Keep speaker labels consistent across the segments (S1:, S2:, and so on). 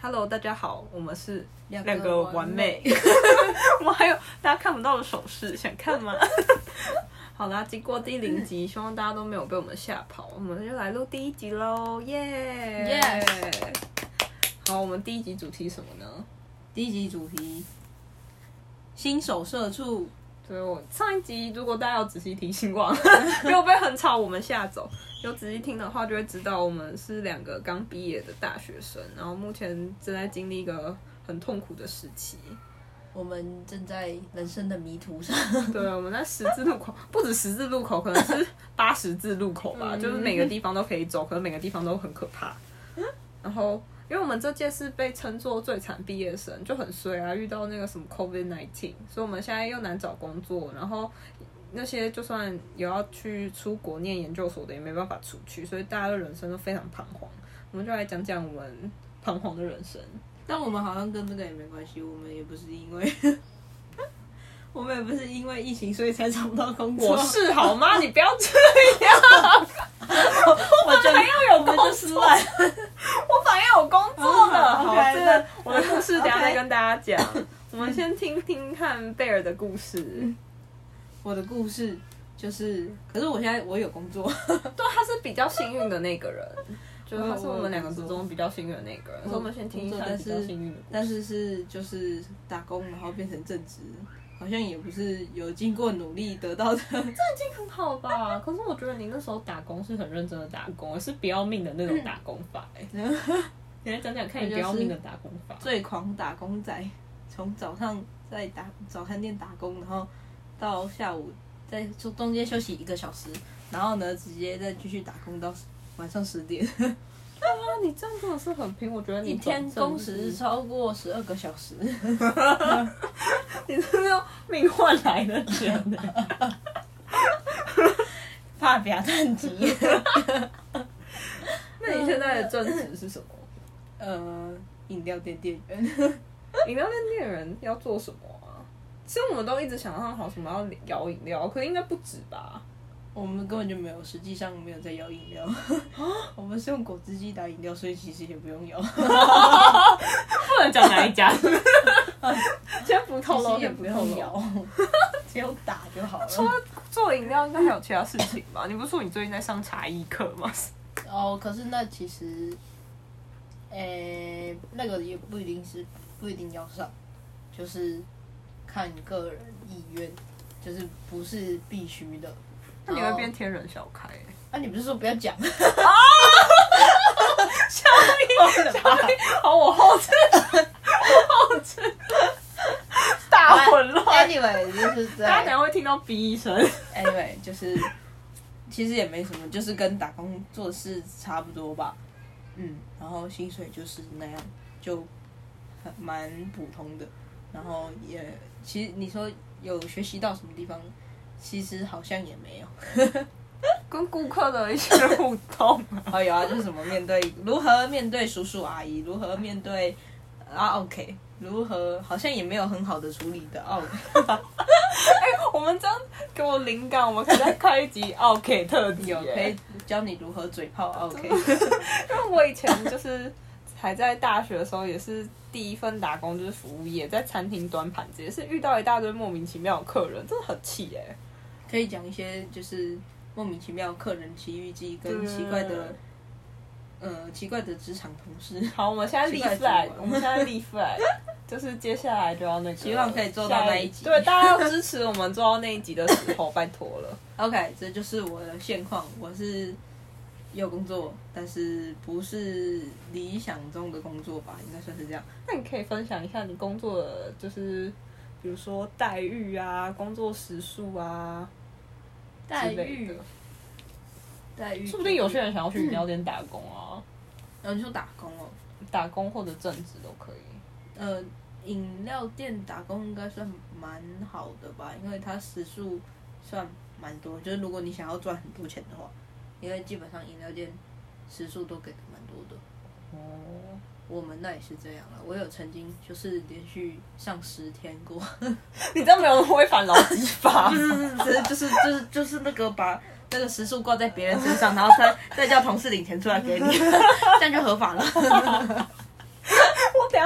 S1: Hello，大家好，我们是
S2: 两
S1: 两个完美。 我还有大家看不到的手势，想看 吗？好啦，经过第零集，希望大家都没有被我们吓跑，我们就来录第一集喽，耶、
S2: Yes
S1: 好，我们第一集主题什么呢？
S2: 第一集主题：新手社畜。
S1: 对我上一集，如果大家有仔细听 新光，没有被很吵我们吓走。有仔细听的话，就会知道我们是两个刚毕业的大学生，然后目前正在经历一个很痛苦的时期。
S2: 我们正在人生的迷途上，
S1: 对，啊我们在十字路口，不止十字路口，可能是八十字路口吧，
S2: 嗯
S1: 就是每个地方都可以走，可能每个地方都很可怕。然后，因为我们这届是被称作最惨毕业生，就很衰啊，遇到那个什么 COVID nineteen，所以我们现在又难找工作，然后。那些就算有要去出国念研究所的，也没办法出去，所以大家的人生都非常彷徨。我们就来讲讲我们彷徨的人生。
S2: 但我们好像跟这个也没关系，我们也不是因为，我们也不是因为疫情所以才找不到工作。
S1: 我是好吗？你不要这样。
S2: 我觉得
S1: 要有
S2: 我们就是烂，
S1: 我反正有工作的。
S2: 嗯
S1: 好，
S2: OK，
S1: 这
S2: 那
S1: 个我的故事等一下
S2: OK
S1: 再跟大家讲。 我们先听听看贝尔的故事。
S2: 我的故事就是，可是我现在我有工作，
S1: 对，他是比较幸运的那个人，就是他是我们两个之中比较幸运的那个人。所以我们先听一下
S2: 但
S1: 比较
S2: 是
S1: 幸运的。
S2: 但是是就是打工，然后变成正职，好像也不是有经过努力得到的。
S1: 很好吧？可是我觉得你那时候打工是很认真的打工，是不要命的那种打工法、 欸。你来讲讲看你不要命的打工法。
S2: 最狂打工仔，从早上在打早餐店打工，然后到下午在中中间休息一个小时，然后呢直接再继续打工到晚上十 点，
S1: 啊，你这样真的是很拼，我觉得你
S2: 一天
S1: 转正
S2: 工时超过十二个小时。
S1: 你是用命换来的钱欸、
S2: 发表探题，
S1: 那你现在的正职是什么？
S2: 呃，饮料店店员，
S1: 饮料店店员要做什么啊？其实我们都一直想象好什么要摇饮料，可是应该不止吧？
S2: 我们根本就没有，实际上没有在摇饮料， 我们是用果汁机打饮料，所以其实也不用摇，
S1: 不能讲哪一家， 先不透露，
S2: 其实也
S1: 先
S2: 不
S1: 透
S2: 用
S1: 露。
S2: 摇， 只有打就好了。
S1: 做饮料应该还有其他事情吧？你不是说你最近在上茶艺课吗？
S2: 哦，可是那其实，诶、那个也不一定是不一定要上，就是看个人意愿，就是不是必须的。
S1: 那你会变天人小开、欸
S2: 啊，你不是说不要讲？
S1: 好，我后置，后置，大混
S2: 哎
S1: 乱。
S2: Anyway，就是
S1: 大家等一
S2: 在
S1: 下会听到哔一声。
S2: Anyway，就是其实也没什么，就是跟打工做事差不多吧。嗯，然后薪水就是那样，就很蛮普通的。然后也其实你说有学习到什么地方，其实好像也没有。
S1: 跟顾客的一些互动、
S2: 哦，有啊，就是什么面对如何面对叔叔阿姨，如何面对啊，OK，如何好像也没有很好的处理的哦。
S1: 我们这样给我灵感，我们可以再开一集 OK 特辑耶。
S2: 有可以教你如何嘴炮，OK，哦
S1: 因为我以前就是还在大学的时候，也是第一份打工就是服务业，在餐厅端盘子，也是遇到一大堆莫名其妙的客人，真的很气哎、
S2: 可以讲一些就是莫名其妙客人奇遇记跟奇怪的，呃，奇怪的职场同事。
S1: 好，我们现在立
S2: 奇怪主
S1: flag，
S2: 管
S1: 我们现在立 flag，就是接下来就要那个，
S2: 希望可以做到那一集
S1: 下对，大家要支持我们做到那一集的时候，拜托了。
S2: OK，这就是我的现况，我是。有工作，但是不是理想中的工作吧，应该算是这样。
S1: 那你可以分享一下你工作的，就是比如说待遇啊、工作时数啊之类的。
S2: 待遇，
S1: 说不定有些人想要去饮料店打工啊，
S2: 然后你说打工哦，
S1: 打工或者正职都可以。
S2: 呃，饮料店打工应该算蛮好的吧，因为它时数算蛮多，就是如果你想要赚很多钱的话，因为基本上饮料店时数都给的蛮多的。
S1: 哦，
S2: 我们那也是这样了，我有曾经就是连续上十天过，
S1: 你这样没有违反劳基 法
S2: 就是就是就是就是那个把那个时数挂在别人身上，然后再再叫同事领钱出来给你，这样就合法了。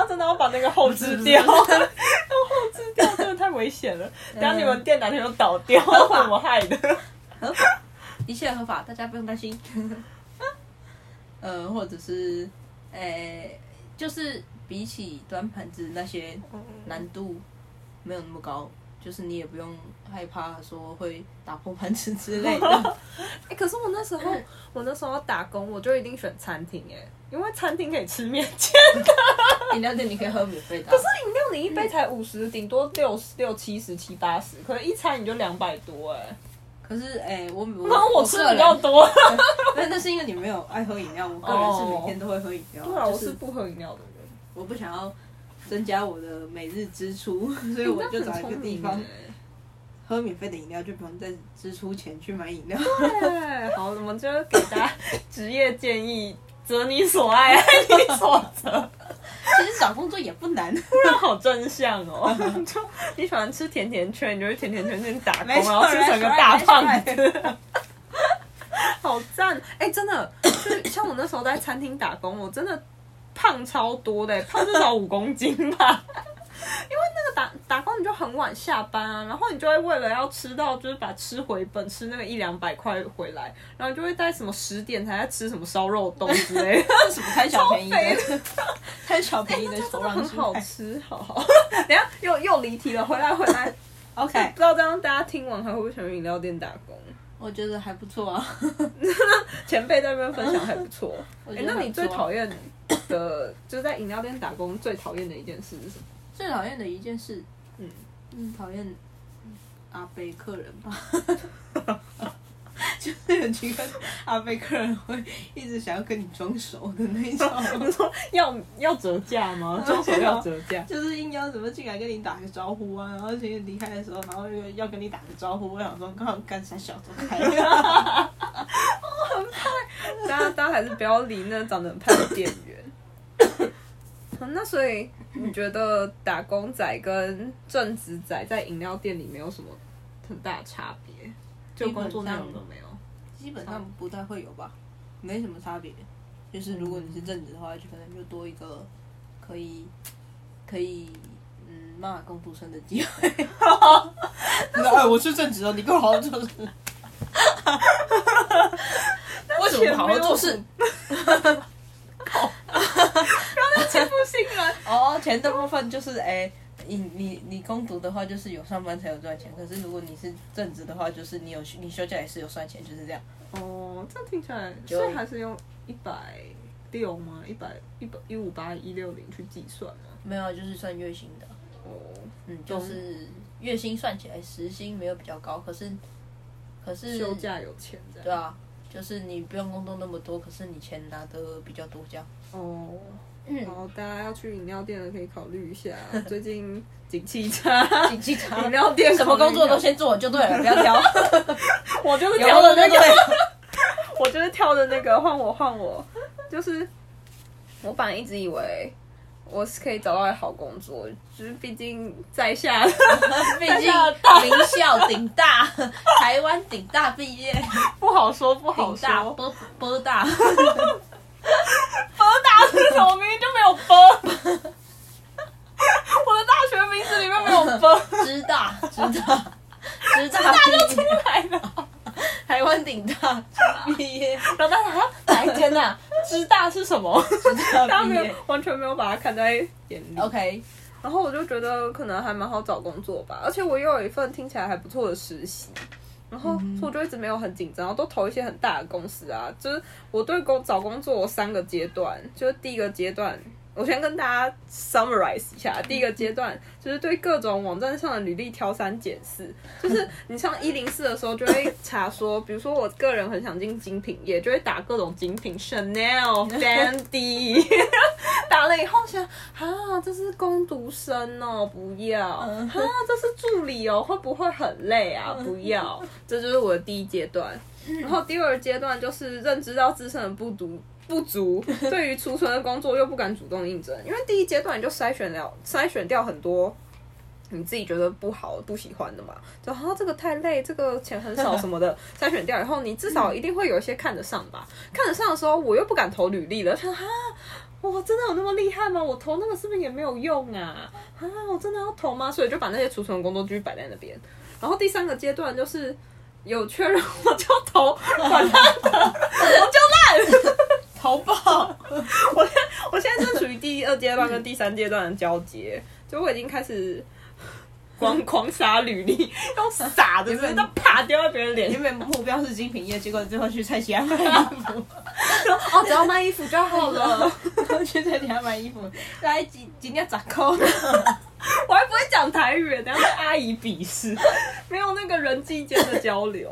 S1: 真的要把那个后置 掉，后置掉真的太危险了。等下你们店哪天就倒掉，
S2: 法
S1: 我害的。
S2: 一切合法，大家不用担心。呃，或者是，诶、就是比起端盘子那些难度没有那么高，就是你也不用害怕说会打破盘子之类的。
S1: 哎、可是我那时候， 我那时候打工，我就一定选餐厅哎、因为餐厅可以吃面签，
S2: 饮料店你可以喝免费的啊，可
S1: 那饮料你一杯才五十，顶多六十六七十七八十，可是一餐你就两百多哎、
S2: 可是诶、我我
S1: 然后我吃比较
S2: 个人，
S1: 多。
S2: 那那是因为你没有爱喝饮料，我个人是每天都会喝饮料，
S1: 对啊，我
S2: 就是
S1: 不喝饮料的人，
S2: 我不想要增加我的每日支 出，所以
S1: 你
S2: 我
S1: 真
S2: 就
S1: 的
S2: 找
S1: 很
S2: 一个
S1: 聪
S2: 地
S1: 明
S2: 方
S1: 欸
S2: 喝免费的饮料，就不用再支出钱去买饮料。
S1: 对，哎好，我们就给大家职业建议：择你所爱，爱你所择。
S2: 其实找工作也不难，
S1: 突 然好正向 哦！就你喜欢吃甜甜圈，你就去甜甜圈店打工，然
S2: 错
S1: 后吃成个大胖
S2: 没
S1: 子，好赞！哎、真的，就是像我那时候在餐厅打工，我真的胖超多的，胖至少五公斤吧。 因为那个打打工你就很晚下班啊，然后你就会为了要吃到，就是把吃回本，吃那个一两百块回来，然后你就会在什么十点才在吃什么烧肉冻之类的。
S2: 为什么贪小便宜的？ 贪小便宜哎的手
S1: 真的
S2: 让
S1: 很
S2: 出
S1: 好
S2: 来
S1: 吃，好好。 等一下又又离题了，回来回 来。哎
S2: OK，
S1: 不知道这样大家听完还会不会想去饮料店打工？
S2: 我觉得还不错啊。
S1: 前辈在那边分享还不 错。哎、
S2: 觉得
S1: 那
S2: 还
S1: 你
S2: 不错啊
S1: 最讨厌的， 就是在饮料店打工最讨厌的一件事是什么？
S2: 最讨厌的一件事，
S1: 嗯
S2: 嗯，讨厌阿贝客人吧， 就是有几个阿贝客人会一直想要跟你装熟的那 种。。
S1: 要要折价吗？装手要折价
S2: 就是硬要怎么进来跟你打个招呼啊，然后请你离开的时候，然后又要跟你打个招呼，我想说刚好干啥小走开，
S1: 大家大家还是不要理那长得很胖的店员。 好那所以你觉得打工仔跟正职仔在饮料店里面有什么很大的差别？就工作内容都没有。
S2: 基本上不太会有吧，没什么差别。就是如果你是正职的话，就可能就多一个可以可以嗯骂工读生的机会。 你说哎，我是正职哦，你给我好好做事。为什么不好好做事？
S1: 欺负新人。
S2: 哦，钱的部分就是哎、你你你攻读的话，就是有上班才有赚钱。可是如果你是正职的话，就是你有你休假也是有算钱，就是这样。
S1: 哦，这样听起来，
S2: 就
S1: 所以还是用一百六吗？一百一百一五八一六零去计算吗？
S2: 没有啊，就是算月薪的。
S1: 哦，
S2: 嗯，就是月薪算起来，时薪没有比较高，可是可是
S1: 休假有钱这样。
S2: 对啊，就是你不用工作那么多，可是你钱拿的比较多，这样。
S1: 哦，
S2: 嗯
S1: 然后大家要去饮料店的可以考虑一下，最近景气差，
S2: 经济舱
S1: 饮料店
S2: 什么工作都
S1: 行，
S2: 先做就对了，不要挑，
S1: 我就是
S2: 有
S1: 挑的
S2: 了
S1: 那
S2: 就
S1: 个
S2: 对，了。
S1: 我就是挑的那个，换我换我，就是我本来一直以为。我是可以找到好工作，就是毕竟在下
S2: 毕竟名校顶大， 台湾顶大毕业，
S1: 不好说，不好
S2: 顶
S1: 说。
S2: 大波波大。
S1: 博大是什么？明明就没有博。 我的大学名字里面没有博
S2: 知大，知 大，知大毕业，
S1: 来的。
S2: 台湾顶大毕业，
S1: 然后大家还哪一间啊？知大是什么？
S2: 知
S1: 大
S2: 大
S1: 家
S2: 毕
S1: 没有
S2: 业。
S1: 完全没有把它看在眼里。
S2: OK，
S1: 然后我就觉得可能还蛮好找工作吧，而且我又有一份听起来还不错的实习，然后所以我就一直没有很紧张，都投一些很大的公司啊。就是我对工找工作有三个阶段，就是第一个阶段。我先跟大家 summarize 一下，第一个阶段就是对各种网站上的履历挑三拣四，就是你上一零四的时候就会查说，比如说我个人很想进精品业，就会打各种精品 Chanel、Fendi，打了以后想，啊，这是工读生哦，不要；啊，这是助理哦，会不会很累啊？不要。这就是我的第一阶段。然后第二阶段就是认知到自身的不足。不足，对于储存的工作又不敢主动应征，因为第一阶段你就筛选了筛选掉很多你自己觉得不好、不喜欢的嘛，就啊这个太累，这个钱很少什么的，筛选掉以后，你至少一定会有一些看得上吧。看得上的时候，我又不敢投履历了，想啊哇，真的有那么厉害吗？我投那个是不是也没有用啊？啊，我真的要投吗？所以就把那些储存的工作继续摆在那边。然后第三个阶段就是有确认我就投，管他的，我就烂。
S2: 投报，
S1: 我现我现在正处于第二阶段跟第三阶段的交接，就我已经开始 狂狂撒履历，用撒的直接都 啪丢在别人脸上
S2: 原本目标是精品业，结果最后去菜市场买衣服，
S1: 哦，只要卖衣服就好了。
S2: 去菜市场买衣服，
S1: 哎
S2: 来几几件咋 扣？
S1: 我还不会讲台语，等下被阿姨鄙视，没有那个人际间的交流。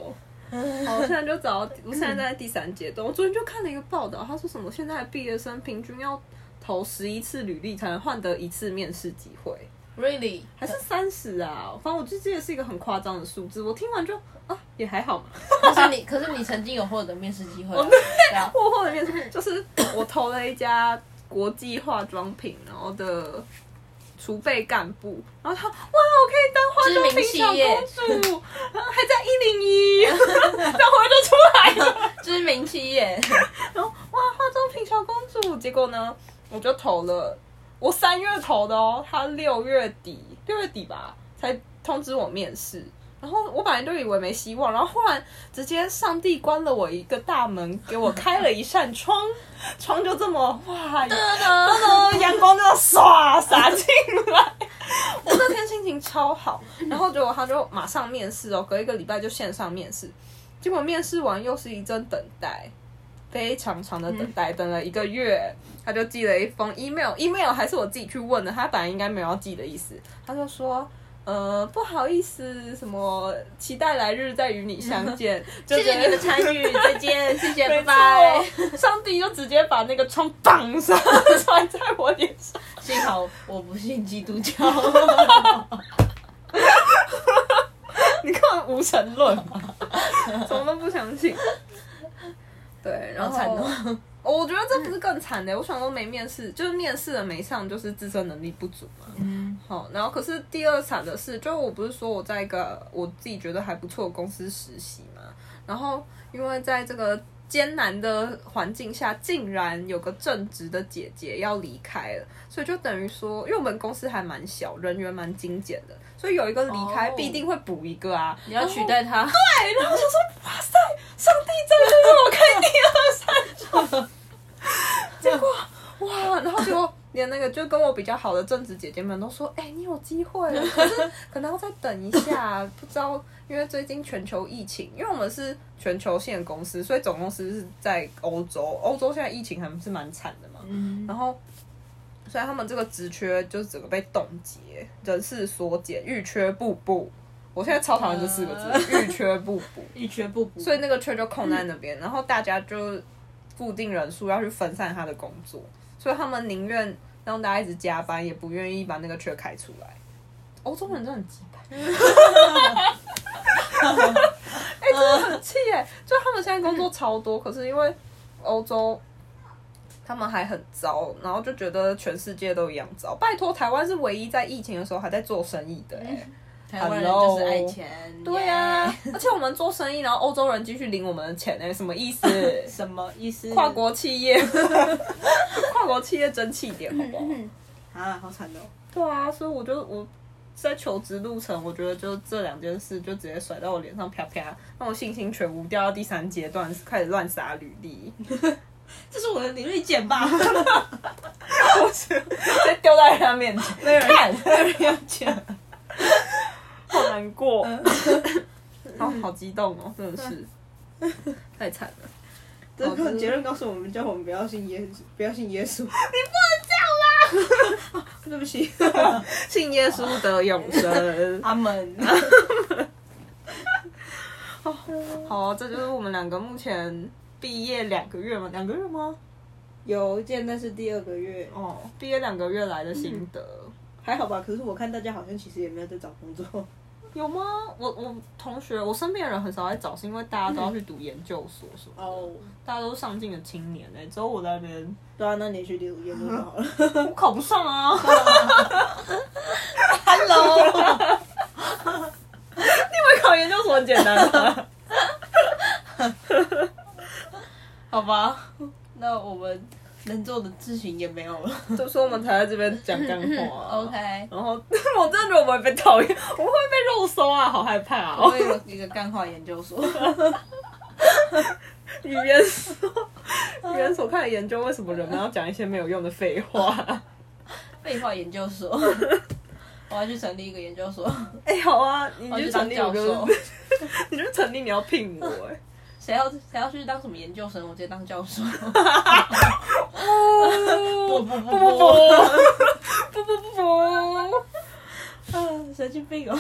S1: 好，我现在就找到，我现在在第三阶段。我昨天就看了一个报道，他说什么现在的毕业生平均要投十一次履历才能换得一次面试机会，
S2: Really？
S1: 还是三十啊？反正我就记得是一个很夸张的数字。我听完就啊，也还好嘛。
S2: 可是你，可是你曾经有获得面试机会啊，对啊，
S1: 我后面就是我投了一家国际化妆品，然后的储备干部，然后他哇，我可以当化妆品小公主，然后还在一零一， 这样我就出来了。
S2: 知名企 业，
S1: 然后哇，化妆品小公主，结果呢，我就投了，我三月投的哦，他六月底，六月底吧才通知我面试。然后我本来就以为没希望，然后忽然直接上帝关了我一个大门，给我开了一扇窗， 窗就这么哇，阳光就唰洒进来。我那天心情超好，然后结果他就马上面试哦，隔一个礼拜就线上面试，结果面试完又是一阵等待，非常长的等待，等了一个月，他就寄了一封 email，email 还是我自己去问的，他本来应该没有要寄的意思，他就说。呃，不好意思，什么期待来日再与你相 见，就
S2: 谢
S1: 觉
S2: 谢
S1: 得
S2: 你的参与，再见，谢谢，拜
S1: 没
S2: 拜。
S1: 错，上帝就直接把那个窗绑上，穿在我脸上。
S2: 幸好我不信基督 教，
S1: 你根本无神论嘛，怎么都不相信。对，然
S2: 好
S1: 后
S2: 惨哦。
S1: 我觉得这不是更惨的、我想说没面试，就是面试了没上，就是自身能力不足嘛。
S2: 嗯
S1: 好，然后可是第二惨的是，就我不是说我在一个我自己觉得还不错的公司实习嘛，然后因为在这个艰难的环境下，竟然有个正直的姐姐要离开了，所以就等于说，因为我们公司还蛮小，人员蛮精简的，所以有一个离开
S2: 哦
S1: 必定会补一个啊。
S2: 你要取代他，
S1: 对，然后我就说，哇塞，上帝真的让我开第二扇窗，结果哇，然后结果连那个就跟我比较好的正直姐姐们都说，哎、你有机会了，可是可能要再等一下，不知道，因为最近全球疫情，因为我们是全球线公司，所以总公司是在欧洲，欧洲现在疫情还是蛮惨的嘛，
S2: 嗯
S1: 然后。所以他们这个职缺就是整个被冻结，人事缩减，欲缺不补。我现在超讨厌这四个字，欲缺不补。
S2: 一蹶不补。
S1: 所以那个缺就空在那边，然后大家就固定人数要去分散他的工作，所以他们宁愿让大家一直加班，也不愿意把那个缺开出来。欧洲人真的很 鸡巴，哎、真的很气哎、就他们现在工作超多，可是因为欧洲。他们还很糟，然后就觉得全世界都一样糟。拜托，台湾是唯一在疫情的时候还在做生意的、哎。
S2: 台湾人就是爱钱，
S1: 对啊呀、
S2: 耶，
S1: 而且我们做生意，然后欧洲人继续领我们的钱呢、哎什么 意思？
S2: 什么意思？
S1: 跨国企业， 跨国企业争气一点，好不好？
S2: 啊，好惨哦。
S1: 对啊，所以我就我在求职路程，我觉得就这两件事就直接甩到我脸上，啪啪，让我信心全无，掉到第三阶段，开始乱撒履历，
S2: 嗯这是我的李瑞简 吧？
S1: 直接 丢在人家面前，
S2: 没有人看，没有人要讲。
S1: 好难 过，好好激动哦，真的是
S2: 嗯
S1: 太惨了。
S2: 这个结论告诉我们，叫我们不要信耶稣，不要信耶稣。你 不能这样啦！对不起，
S1: 信耶稣得永生。
S2: 阿门。
S1: 好、这就是我们两个目前毕业两个月嘛，两个月吗？
S2: 邮件那是第二个月，
S1: 哦，毕业两个月来的心得、
S2: 还好吧？可是我看大家好像其实也没有在找工作。
S1: 有吗？我我同学，我身边的人很少在找，是因为大家都要去读研究所什么的，
S2: 哦，
S1: 大家都是上进的青年哎、只有我在那边，
S2: 对啊，那你去留言就好了。
S1: 我考不上 啊。
S2: Hello，
S1: 考研究所很简单啊 吗？好吧，
S2: 那我们能做的事情也没有了。
S1: 就说我们才在这边讲干话、啊。
S2: OK
S1: 然后 我真的觉得我们被讨厌，我会被肉搜啊，好害怕啊、
S2: 我有一个干话研究所，
S1: 语言所，语言所看的研究为什么人们要讲一些没有用的废话？
S2: 废话研究所，我要去成立一个研究所，
S1: 哎、好啊，你
S2: 我要
S1: 就
S2: 去
S1: 成
S2: 当
S1: 立
S2: 教
S1: 我
S2: 授
S1: 就。你就成立你要聘我哎、
S2: 谁要谁要去当什么研究生？我直接当教授。
S1: 不
S2: 不不不
S1: 不不 不哎不不不不，
S2: 嗯，神经病哦！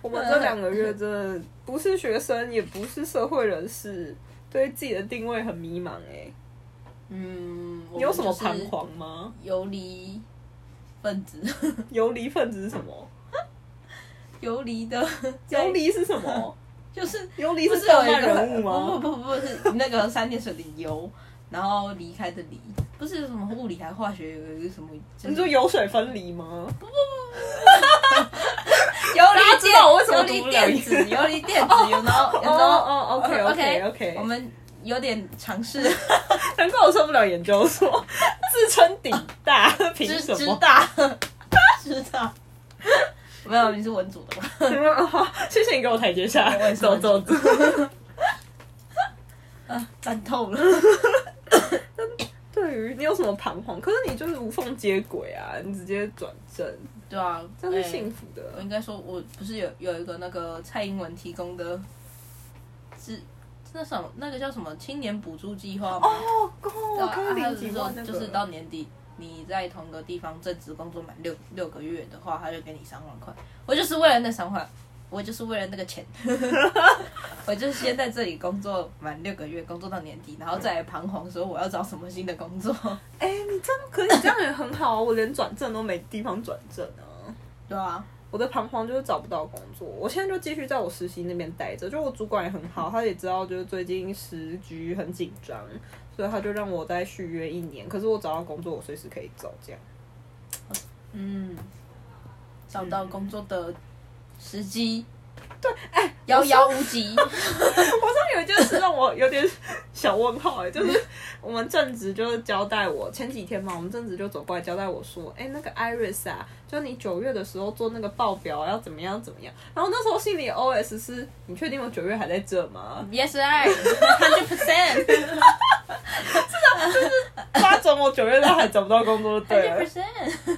S1: 我们这两个月真的不是学生，也不是社会人士，对自己的定位很迷茫哎、
S2: 嗯，
S1: 你有什么彷？徨吗？
S2: 游离分子，
S1: 游离分子是什么？
S2: 游离的
S1: 游离是什 么？
S2: 就是
S1: 游离
S2: 不
S1: 是
S2: 是有
S1: 动
S2: 一
S1: 漫
S2: 个
S1: 人物吗？
S2: 不不不，是那个三点水的游，然后离开的离，不是有什么物理还化学有一个什么？就
S1: 你
S2: 是
S1: 说油水分离吗？
S2: 游
S1: 大家
S2: 离
S1: 知
S2: 电，
S1: 道我为什么
S2: 游
S1: 读
S2: 离
S1: 不了
S2: 电子，游离电子，有然 后
S1: 哦
S2: 然后
S1: 哦，OK OK OK，
S2: 我们有点尝试
S1: 难怪我上不了研究所，自称顶大， 凭
S2: 哦知
S1: 什
S2: 知
S1: 么？
S2: 大 知道。没有，你是文组 的吧？
S1: 哦谢谢你给我台阶下
S2: 我也，是
S1: 走走走。
S2: 啊，战透了。
S1: 对于你有什么彷徨？可是你就是无缝接轨啊，你直接转正，
S2: 对啊，
S1: 这样
S2: 哎
S1: 是幸福的。
S2: 我应该说，我不是有有一个那个蔡英文提供的，是那什么那个叫什么青年补助计划吗？
S1: 哦，够，
S2: 对啊
S1: 可以
S2: 他
S1: 领
S2: 是
S1: 几
S2: 说
S1: 万那个，
S2: 就是到年底你在同个地方正职工作满六六个月的话，他就给你三万块。我就是为了那三万，我就是为了那个钱， 我就是先在这里工作满六个月，工作到年底，然后再来彷徨说我要找什么新的工作。
S1: 哎、你这样，可是你这样也很好啊，我连转正都没地方转正啊。
S2: 对啊，
S1: 我的彷徨就是找不到工作，我现在就继续在我实习那边待着。就我主管也很好，他也知道就是最近时局很紧张，所以他就让我再续约一年。可是我找到工作，我随时可以走，这样。
S2: 嗯，找到工作的时机
S1: 嗯对，哎、
S2: 遥遥无期。
S1: 我上有一件事让我有点 小问号哎、就是我们正职就是交代我前几天嘛，我们正职就走过来交代我说，哎、那个 Iris 啊，就你九月的时候做那个报表啊要怎么样怎么样。然后那时候心里 OS 是，你确定我九月还在这吗？
S2: yes, I hundred percent,
S1: 八总我九月都还找不到工作，对啊了
S2: hundred。percent。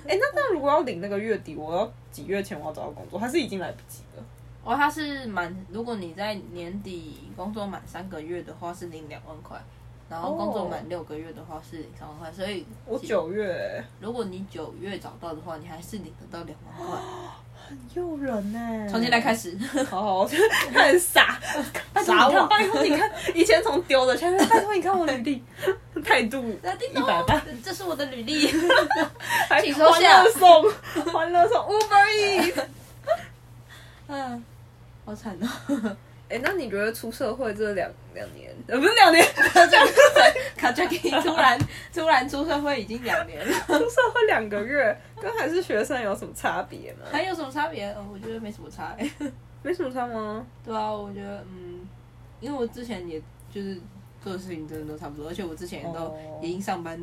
S1: 哎、那那如果要领那个月底，我要几月前我要找到工作，还是已经来不及了？
S2: 哦，它是满，如果你在年底工作满三个月的话是领两万块，然后工作满六个月的话是领三万块，所以
S1: 我九月
S2: 如果你九月找到的话，你还是领得到两万块。
S1: 诱人呢、
S2: 从现在开 始，
S1: 好好，很傻，
S2: 傻
S1: 你看
S2: 我
S1: 拜托你看，以前从丢的，现在拜托你看我履历， 态度一百八，
S2: 这是我的履历，
S1: 还
S2: 请收
S1: 欢
S2: 下
S1: 乐送，欢乐送 Uber E。
S2: 嗯，好惨哦，
S1: 哎、那你觉得出社会这两两年，呃，不是两年，
S2: 卡扎基突然突然出社会已经两年了，
S1: 出社会两个月，跟还是学生有什么差别吗？
S2: 还有什么差别？呃我觉得没什么差、欸。
S1: 没什么差吗？
S2: 对啊，我觉得嗯，因为我之前也就是做的事情真的都差不多，而且我之前也都
S1: 哦
S2: 已经上班，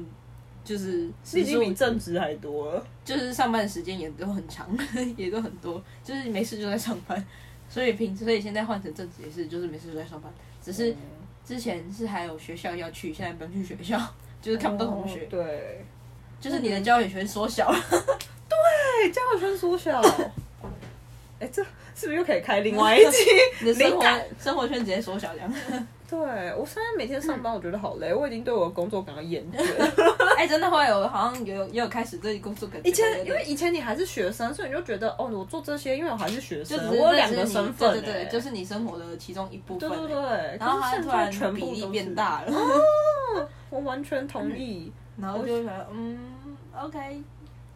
S2: 就是
S1: 是已
S2: 时
S1: 经
S2: 数
S1: 比正职还多了。
S2: 就是上班的时间也都很长， 也都很多，就是没事就在上班，所以平所以现在换成正职也是，就是没事就在上班，只是
S1: 嗯哦
S2: 之前是还有学校要去，现在不用去学校，就是看不到同学，
S1: 哦对，
S2: 就是你的交友圈缩小了。
S1: 哎，交友圈缩 小。哎，这是不是又可以开另外 一集？
S2: 你的生
S1: 灵
S2: 活
S1: 感
S2: 生活圈直接缩小这样，
S1: 对我现在每天上班，我觉得好累，我已经对我的工作感到厌 倦。
S2: 哎、真的会有，好像有也有开始对工作感觉
S1: 以前
S2: 有
S1: 因
S2: 点
S1: 为以前你还是学生，所以你就觉得哦，我做这些，因为我还是学
S2: 就
S1: 生
S2: 只，是
S1: 我有
S2: 这
S1: 两
S2: 只
S1: 个
S2: 是你
S1: 身份欸，
S2: 对对对，就是你生活的其中一部
S1: 对
S2: 分欸。
S1: 对对。
S2: 然后
S1: 可
S2: 它
S1: 是
S2: 突
S1: 现在
S2: 然
S1: 全部
S2: 比例
S1: 都是哦
S2: 变，大了，
S1: 我完全同意。
S2: 然后就会觉得嗯，OK，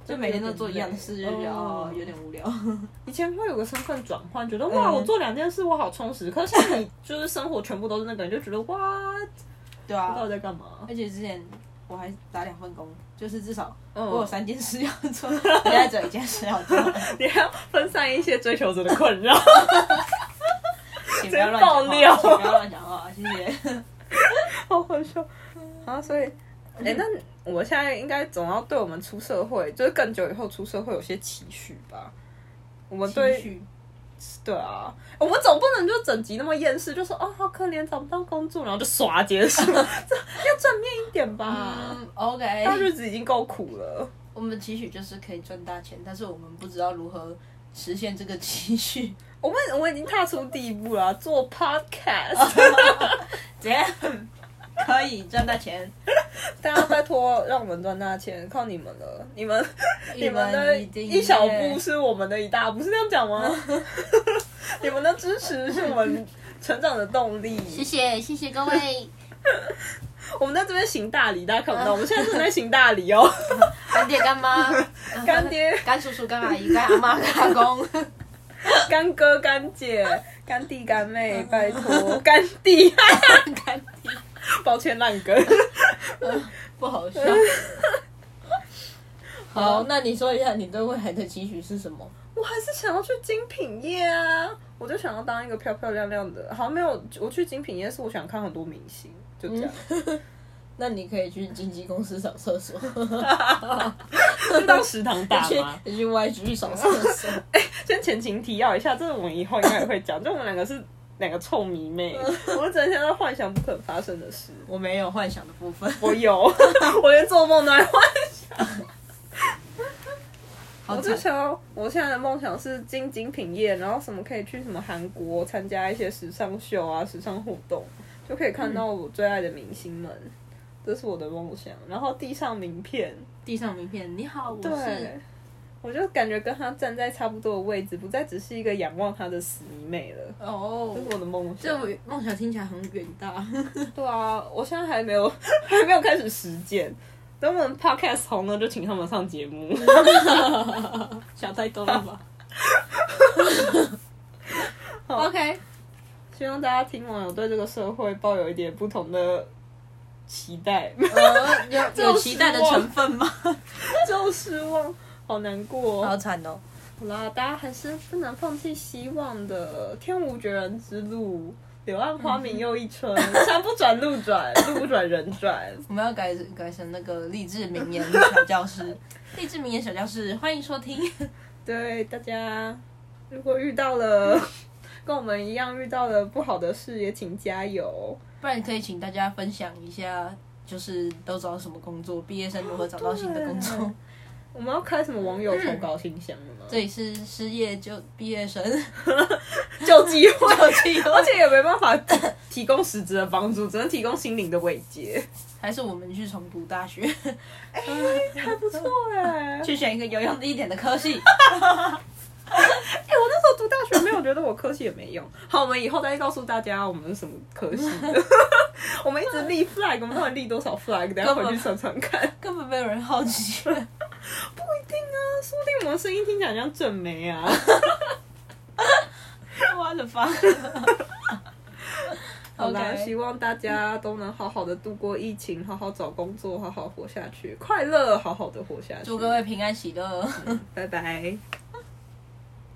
S2: 就每天都做一样的事，就觉得哦有点 无聊。
S1: 嗯以前会有个身份转换，觉得哇，
S2: 嗯
S1: 我做两件事，我好充实。可是现在你就是生活全部都是那个，你就觉得哇，
S2: 对
S1: 我到
S2: 啊
S1: 底，在干嘛？
S2: 而且之前我还打两份工，就是至少
S1: 嗯
S2: 我有三件事要 做，现在只有一件事要做，
S1: 你还要分散一些追求者的困扰。
S2: 请不要乱
S1: 爆料
S2: 讲话，请不要乱讲话，谢谢。
S1: 好好笑。啊，所以，哎、那我现在应该总要对我们出社会，就是更久以后出社会有些期许吧。 我们
S2: 情
S1: 对
S2: 绪
S1: 对啊，我们总不能就整集那么厌世，就说哦好可怜找不到工作，然后就刷结束， 这要正面一点吧。
S2: 嗯
S1: 那、
S2: ，OK，
S1: 日子已经够苦了，
S2: 我们的期许就是可以赚大钱，但是我们不知道如何实现这个期许。
S1: 我们我已经踏出第一步了，做 podcast，
S2: 怎样可以赚大 钱？
S1: 大家拜托让我们赚大钱，靠你们了，你们你们的
S2: 一定
S1: 一小步是我们的一大步，是这样讲 吗？你们的支持是我们成长的动力。
S2: 谢谢谢谢各 位，
S1: 我们在这边行大礼，大家看不到，我们现在正在行大礼 哦。
S2: 干爹干妈、
S1: 干 爹、
S2: 干叔叔、干阿姨、干阿妈、干阿 公，
S1: 干哥、干姐、干弟、干妹，拜托， 干弟，
S2: 干爹
S1: 抱歉烂梗。
S2: 不好笑。好，那你说一下你对未来的期许是什么？
S1: 我还是想要去精品业啊，我就想要当一个漂漂亮亮的。好像没有，我去精品业是我想看很多明星，就这样，
S2: 那你可以去经纪公司扫厕所，
S1: 就当食堂大
S2: 去
S1: 妈。
S2: 去 YG 扫厕 所。
S1: 先前情提要一下，这个我们以后应该也会讲，就我们两个是 两个臭迷妹，我们整天在幻想不可能发生的事。
S2: 我没有幻想的部分。
S1: 我有， 我连做梦都在幻
S2: 好
S1: 我
S2: 惨
S1: 就想要，我现在的梦想是进精品业，然后什么可以去什么韩国参加一些时尚秀啊、时尚活动，就可以看到我最爱的明星们，这是我的梦想。然后递上名片，
S2: 地上名片，你好，我
S1: 对
S2: 是。，
S1: 我就感觉跟他站在差不多的位置，不再只是一个仰望他的死迷妹了。
S2: 哦
S1: 这是我的梦
S2: 这
S1: 想。
S2: 我梦想听起来很远大。
S1: 对啊，我现在还没有 还没有开始实践。等我们 podcast 红了，就请他们上节 目。
S2: 想太多了吧？OK，
S1: 希望大家听完有对这个社会抱有一点不同的期待，
S2: 呃，
S1: 这
S2: 有
S1: 种
S2: 有期待的
S1: 失望
S2: 成分吗？
S1: 就失望，好难过、
S2: 好
S1: 哦。
S2: 惨哦！
S1: 好啦，大家还是不能放弃希望的，天无绝人之路，柳暗花明又一 村，山不转路转， 路不转人转。
S2: 我们要改改成那个励志名言小教室， 励志名言小教室，欢迎收听。
S1: 对大家，如果遇到 了跟我们一样遇到了不好的事，也请加油。
S2: 不然可以请大家分享一下，就是都找到什么工作，毕业生如何找到新的工作
S1: 对。我们要开什么网友投稿信箱了吗？
S2: 这里是失业就毕业生，
S1: 救机会，
S2: 机会
S1: 而且也没办法 提供实质的帮助，只能提供心灵的慰藉，
S2: 还是我们去重读大学，
S1: 哎还不错哎、哎、
S2: 去选一个有用一点的科系？
S1: 哎我那时候读大学没有觉得我科系也没用。好，我们以后再告诉大家我们是什么科系 的。我们一直立 flag，我们到底立多少 flag？等一下回去算算看。
S2: 根本没有人好奇。
S1: 不一定啊，说不定我们声音听起来像正梅 啊。
S2: 我的妈！
S1: 好啦，
S2: OK
S1: 希望大家都能好好的度过疫情，好好找工作，好好活下去，快乐好好的活下去。
S2: 祝各位平安喜乐。
S1: 拜拜。